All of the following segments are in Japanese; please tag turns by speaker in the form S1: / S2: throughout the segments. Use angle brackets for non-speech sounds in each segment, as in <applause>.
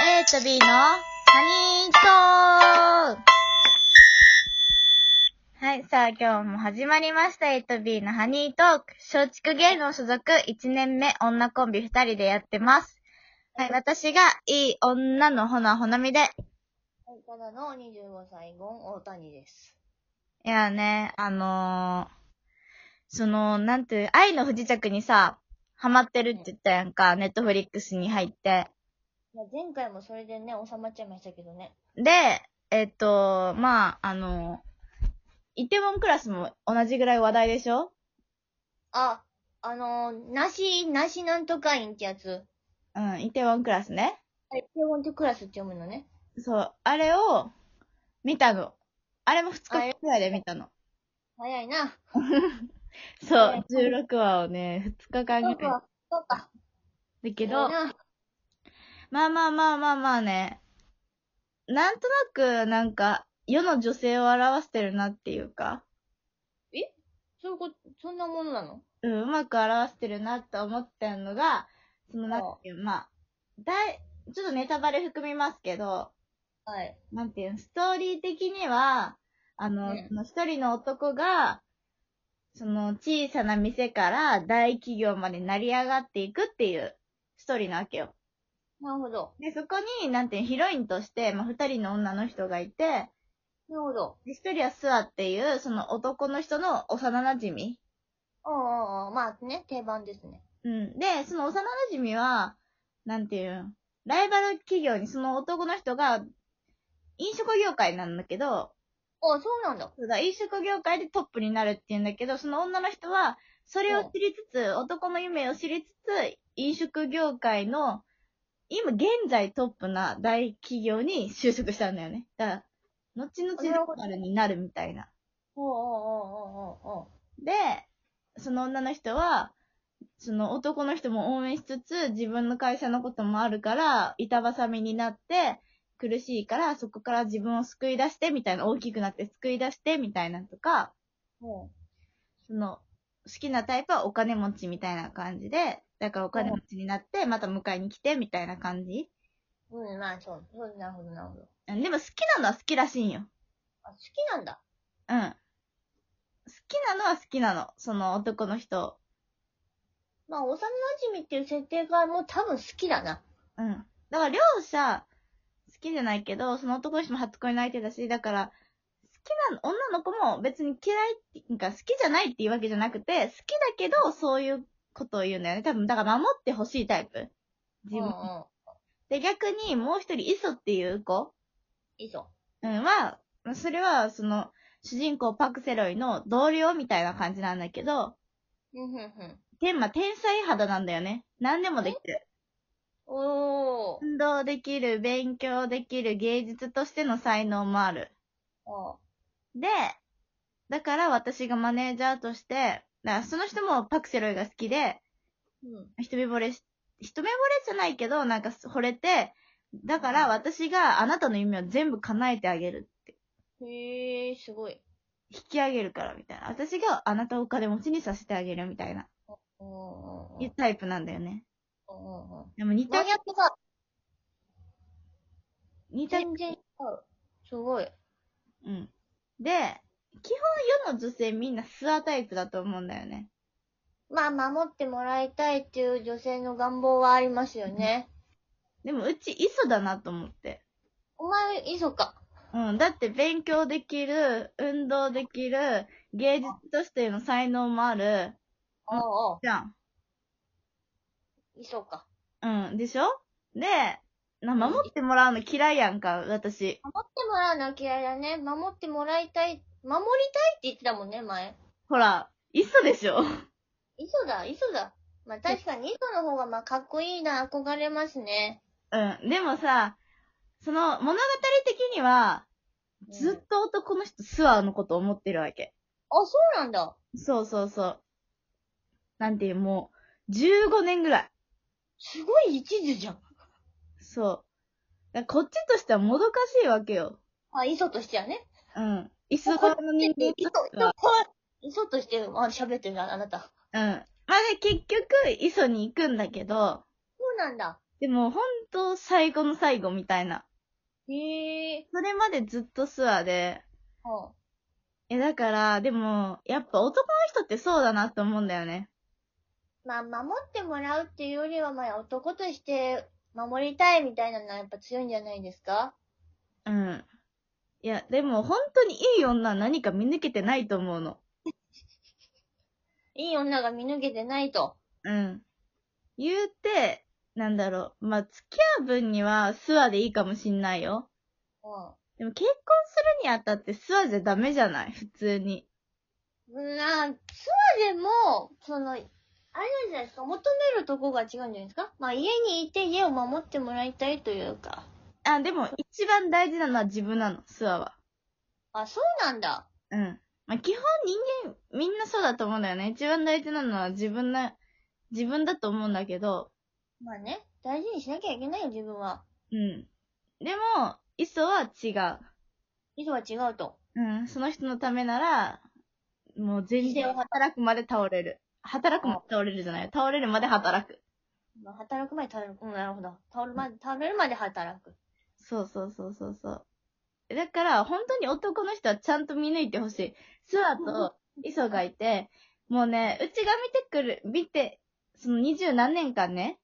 S1: A と B のハニートークはい、さあ今日も始まりました A と B のハニートーク。松竹芸能所属1年目女コンビ2人でやってます。はい、私がいい女のほなほなみで。
S2: はい、ただの25歳ゴン大谷です。
S1: いやね、あのー、その、なんていう、愛の不時着にさ、ハマってるって言ったやんか、ネットフリックスに入って。
S2: いや、前回もそれでね、収まっちゃいましたけどね。
S1: で、えっと、まあ、あの、イテウォンクラスも同じぐらい話題でしょ
S2: あ、あのー、なし、なしなんとか院ってやつ。
S1: うん、イテウォンクラスね。
S2: はい、テゴンテクラスって読むのね。
S1: そう、あれを見たの。あれも2日くらいで見たの。
S2: 早いな。
S1: そう、16話をね、2日間
S2: そう
S1: ぐらい
S2: か、そうか。
S1: だけど、
S2: 早いな
S1: まあまあまあまあまあね、なんとなく、なんか、世の女性を表してるなっていうか、
S2: そういうこと、そんなものなの
S1: うん、うまく表してるなって思ってるのが、その、なんていう、まあ、だい、ちょっとネタバレ含みますけど、
S2: はい。
S1: なんていうの、ストーリー的には、あの、
S2: うん
S1: その一人の男が、その小さな店から大企業まで成り上がっていくっていうストーリーなわけよ。
S2: なるほど。
S1: で、そこに、なんていうのヒロインとして、まあ、二人の女の人がいて、
S2: なるほど。
S1: で、一人はスワっていう、その男の人の幼馴染み。
S2: ああああ、まあね、定番ですね。
S1: うん。で、その幼馴染みは、なんていうん、ライバル企業にその男の人が、飲食業界なんだけど、
S2: あそうなんだ。
S1: そうだ、飲食業界でトップになるって言うんだけど、その女の人は、それを知りつつ、男の夢を知りつつ、飲食業界の、今現在トップな大企業に就職したんだよね。だから、後々ライバルになるみたいな。
S2: おうおうおうおうおうおう
S1: で、その女の人は、その男の人も応援しつつ、自分の会社のこともあるから、板挟みになって、苦しいから、そこから自分を救い出して、みたいな、大きくなって救い出して、みたいなのとか、
S2: おう。
S1: その、好きなタイプはお金持ちみたいな感じで、だからお金持ちになって、また迎えに来て、みたいな感じ。
S2: うん、まあそう、そう、なるほど、なるほど。
S1: うんでも好きなのは好きらしいんよ。
S2: あ、好きなんだ。
S1: うん。好きなのは好きなの。その男の人。
S2: まあ、幼馴染っていう設定がもう多分好きだな。
S1: うん。だから両者、好きじゃないけど、その男の人も初恋の相手だし、だから、好きなの、女の子も別に嫌いって、なんか好きじゃないっていうわけじゃなくて、好きだけど、そういうことを言うんだよね。多分、だから守ってほしいタイプ。自分
S2: う
S1: を
S2: んうん。
S1: で、逆にもう一人、イソっていう子、
S2: いいぞ。
S1: うん、は、それは、その、主人公パクセロイの同僚みたいな感じなんだけど、
S2: うんうんうん。
S1: 天馬天才肌なんだよね。何でもできる。
S2: おー。
S1: 運動できる、勉強できる、芸術としての才能もある。
S2: あ
S1: で、だから私がマネージャーとして、だからその人もパクセロイが好きで、
S2: うん。
S1: 一目惚れし、一目惚れじゃないけど、なんか惚れて、だから私があなたの夢を全部叶えてあげるって。
S2: へえ、すごい。
S1: 引き上げるからみたいな。私があなたをお金持ちにさせてあげるみたいな、
S2: うんうんうん。
S1: いうタイプなんだよね。
S2: うんうんうん。
S1: でも似た
S2: 真、逆が
S1: 似た、う
S2: 全然違う。すごい。
S1: ん。で、基本世の女性みんなスアタイプだと思うんだよね。
S2: まあ、守ってもらいたいっていう女性の願望はありますよね。
S1: でもうちイソだなと思って。
S2: お前、いそか。
S1: うん。だって勉強できる、運動できる、芸術としての才能もある、
S2: おうお
S1: じゃん。
S2: う。いそか。
S1: うん。でしょで、な、守ってもらうの嫌いやんか、私。
S2: 守ってもらうのは嫌いだね。守ってもらいたい、守りたいって言ってたもんね、前。
S1: ほら、イソでしょ
S2: いそだ、いそだ。まあ、確かにいその方が、まあ、かっこいいな、憧れますね。
S1: うん。でもさ、その物語的には、ずっと男の人、スワのことを思ってるわけ。
S2: あ、そうなんだ。
S1: そうそうそう。なんていう、もう、15年ぐらい。
S2: すごい一途じゃん。
S1: そう。だからこっちとしてはもどかしいわけよ。
S2: あ、いそとしてはね。
S1: うん。椅子側の人間
S2: いそ、
S1: としては。
S2: いそとして、あ、喋ってるな、あなた。
S1: うん。まあ、で、結局、磯に行くんだけど、
S2: そうなんだ。
S1: でも、本当最後の最後みたいな。
S2: へえ。
S1: それまでずっとスアで、
S2: は
S1: え、だから、でも、やっぱ男の人ってそうだなと思うんだよね。
S2: まあ、守ってもらうっていうよりは、まあ、男として守りたいみたいなのはやっぱ強いんじゃないですか
S1: うん。いや、でも本当にいい女は何か見抜けてないと思うの。
S2: いい女が見抜けてないと。
S1: うん。言うて、なんだろう。まあ、付き合う分にはスワでいいかもしんないよ。
S2: う
S1: でも結婚するにあたってスワじゃダメじゃない普通に。
S2: ん。なあ、ツアーでも、その、あれなんじゃないですか求めるとこが違うんじゃないですかまあ、家にいて家を守ってもらいたいというか。
S1: あ、でも一番大事なのは自分なの、スワは。
S2: あ、そうなんだ。
S1: うん。まあ、基本人間、みんなそうだと思うんだよね。一番大事なのは自分な、自分だと思うんだけど、
S2: まあね、大事にしなきゃいけないよ、自分は。
S1: うん。でも、イソは違う。
S2: いつは違うと。
S1: うん、その人のためなら、もう全然働くまで倒れる。働くまで倒れるじゃない。倒れるまで働く。
S2: まあ、働く前に食べる。うん、なるほど。倒るまで、食べるまで働く。
S1: そうそうそうそうそう。だから、本当に男の人はちゃんと見抜いてほしい。スワとイソがいて、もうね、うちが見てくる、見て、その二十何年間ね、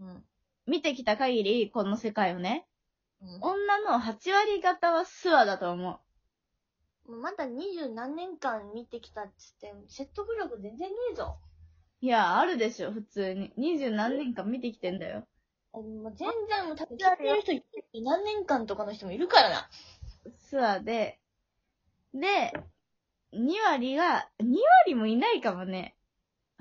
S2: うん。
S1: 見てきた限り、この世界をね、
S2: うん
S1: 女の8割方はスワだと思う。
S2: まだ二十何年間見てきたっつって、説得力全然ねえぞ。
S1: いや、あるでしょ、普通に。二十何年間見てきてんだよ。
S2: あもう全然もう旅立ってる人いて何年間とかの人もいるからな。
S1: ツアーで。で、2割が、2割もいないかもね。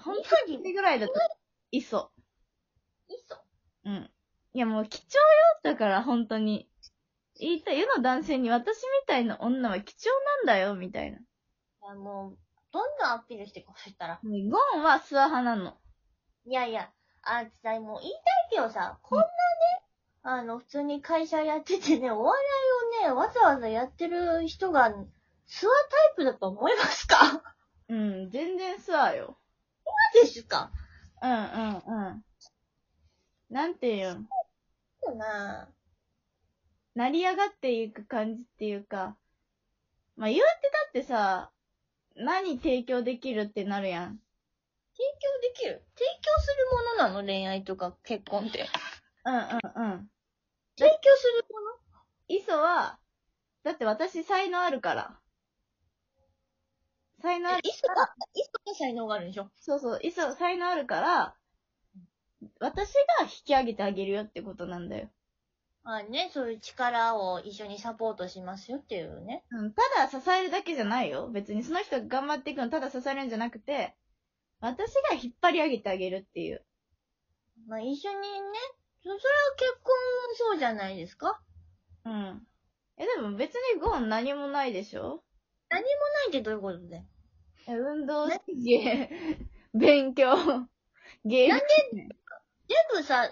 S1: ほんと
S2: 当に
S1: にぐらいだと、いそ。
S2: いっそ。
S1: うん。いや、もう貴重よ。だから、本当に。言いたい、世の男性に私みたいな女は貴重なんだよ、みたいな。
S2: いやもう、どんどんアピールしてこそしたら。
S1: もうゴンはスワ派なの。
S2: いやいや、あ、つたいもう言いたいけどさ、こんなね、あの、普通に会社やっててね、お笑いをね、わざわざやってる人が、スワタイプだと思いますか
S1: うん、全然スワよ。
S2: ですか
S1: うん、うん、うん。なんていうん。
S2: そうなぁ。
S1: 成り上がっていく感じっていうか、まあ言うてだってさ、何提供できるってなるやん。
S2: 提供できる提供するものなの恋愛とか結婚って。
S1: うんうんうん。
S2: 提供するもの
S1: イソは、だって私才能あるから。才能ある。
S2: イソが、イソが才能があるんでしょ
S1: そうそう、イソ才能あるから、私が引き上げてあげるよってことなんだよ。
S2: あね、そういう力を一緒にサポートしますよっていうね。
S1: うん、ただ支えるだけじゃないよ。別にその人が頑張っていくのただ支えるんじゃなくて、私が引っ張り上げてあげるっていう。
S2: まあ一緒にね、そそれは結婚もそうじゃないですか
S1: うん。え、でも別にゴーン何もないでしょ
S2: ないってどういうことだよ。
S1: え、運動、水泳、 <laughs> 勉強、ゲーム。
S2: 全部さ、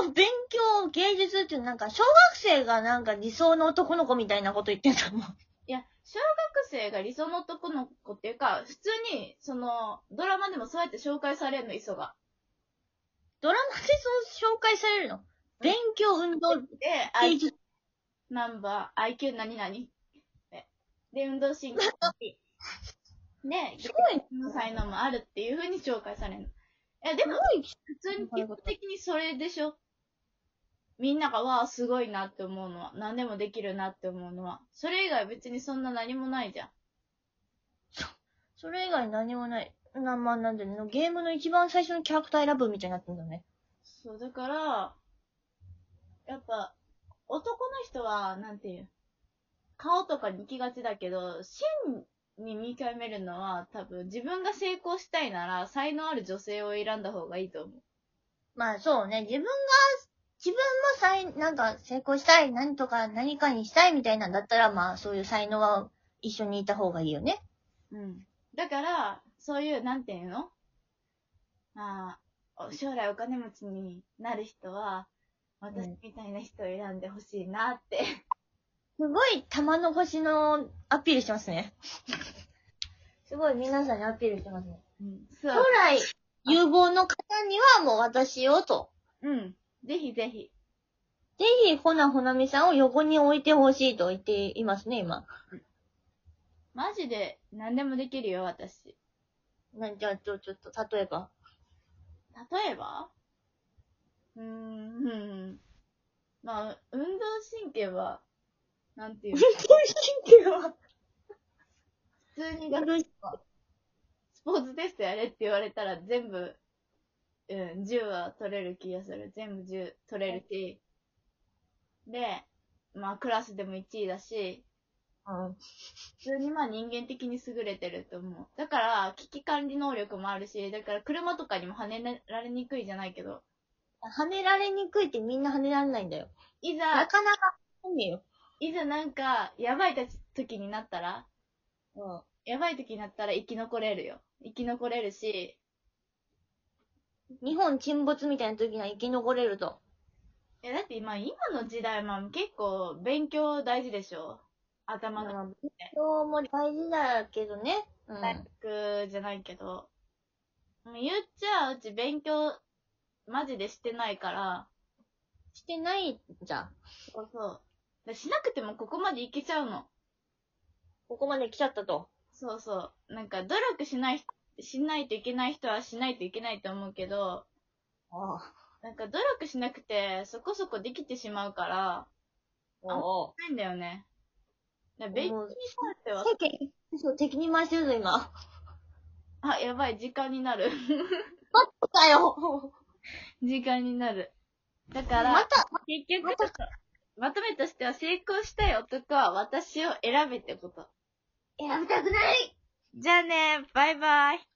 S2: 運動、勉強、芸術っていうなんか、小学生がなんか理想の男の子みたいなこと言ってたもん。
S1: いや、小学生が理想の男の子っていうか、普通に、その、ドラマでもそうやって紹介されるの、磯が。
S2: ドラマでそう紹介されるの。勉強、運動、
S1: で、
S2: 芸
S1: IQ
S2: 術。
S1: ナンバー、IQ 何々。えで、運動
S2: <laughs>
S1: 神経。ね、
S2: すごい、
S1: 自分の才能もあるっていう風に紹介されるの。え、でも、普通に基本的にそれでしょ。みんなが、わあ、すごいなって思うのは、何でもできるなって思うのは、それ以外別にそんな何もないじゃん。
S2: それ以外何もない。な、まあなんで、ゲームの一番最初のキャラクター選ぶみたいになってんだよね。
S1: そう、だから、やっぱ、男の人は、なんていう、顔とかに行きがちだけど、真に見極めるのは、多分、自分が成功したいなら、才能ある女性を選んだ方がいいと思う。
S2: まあそうね、自分が、自分もさい、なんか成功したい、何とか何かにしたいみたいなんだったら、まあそういう才能は一緒にいた方がいいよね。
S1: うん。だから、そういう、なんていうのまあ、お将来お金持ちになる人は、私みたいな人を選んでほしいなって。
S2: すごい玉の腰のアピールしてますね。 <laughs> すごい皆さんにアピールしてますね。
S1: うん。
S2: 将
S1: そう。
S2: 来、有望の方にはもう私をと。
S1: うん。ぜひぜひ。
S2: ぜひ、ほなほなみさんを横に置いてほしいと言っていますね、今。
S1: マジで何でもできるよ、私。
S2: なんじゃあ、ちょ、ちょっと、例えば。
S1: 例えばうーん。まあ、運動神経は、なん <laughs> ていうの
S2: 神経は
S1: 普通にスポーツテストやれって言われたら全部、うん、10は取れる気がする。全部10取れるし。で、まあクラスでも1位だし、
S2: うん。
S1: 普通にまあ人間的に優れてると思う。だから危機管理能力もあるし、だから車とかにも跳ねられにくいじゃないけど、
S2: 跳ねられにくいってみんな跳ねられないんだよ。
S1: い
S2: な
S1: ざ、
S2: かなか、跳ねよ。
S1: いざなんかやばい時になったら、
S2: うん。
S1: やばい時になったら生き残れるよ。生き残れるし、
S2: 日本沈没みたいな時には生き残れると。
S1: え、だって今、今の時代、まあ結構勉強大事でしょ頭の
S2: 勉強も大事だけどね。うん。
S1: 大学じゃないけど。言っちゃうち勉強、マジでしてないから、
S2: してないじゃん。
S1: そうそう。でしなくてもここまでいけちゃうの。
S2: ここまで来ちゃったと。
S1: そうそう。なんか努力しない、しないといけない人はしないといけないと思うけど、
S2: ああ。
S1: なんか努力しなくてそこそこできてしまうから、
S2: おう
S1: ないんだよね。だから勉強に関しては、
S2: 世間、そう、敵に回してるぞ、今。
S1: あ、やばい、時間になる。 <laughs>
S2: だよ
S1: 時間になる。だから、
S2: また、
S1: 結局ちょっと、まとめとしては成功したい男は私を選べってこと。
S2: 選びたくない
S1: じゃあね、バイバイ。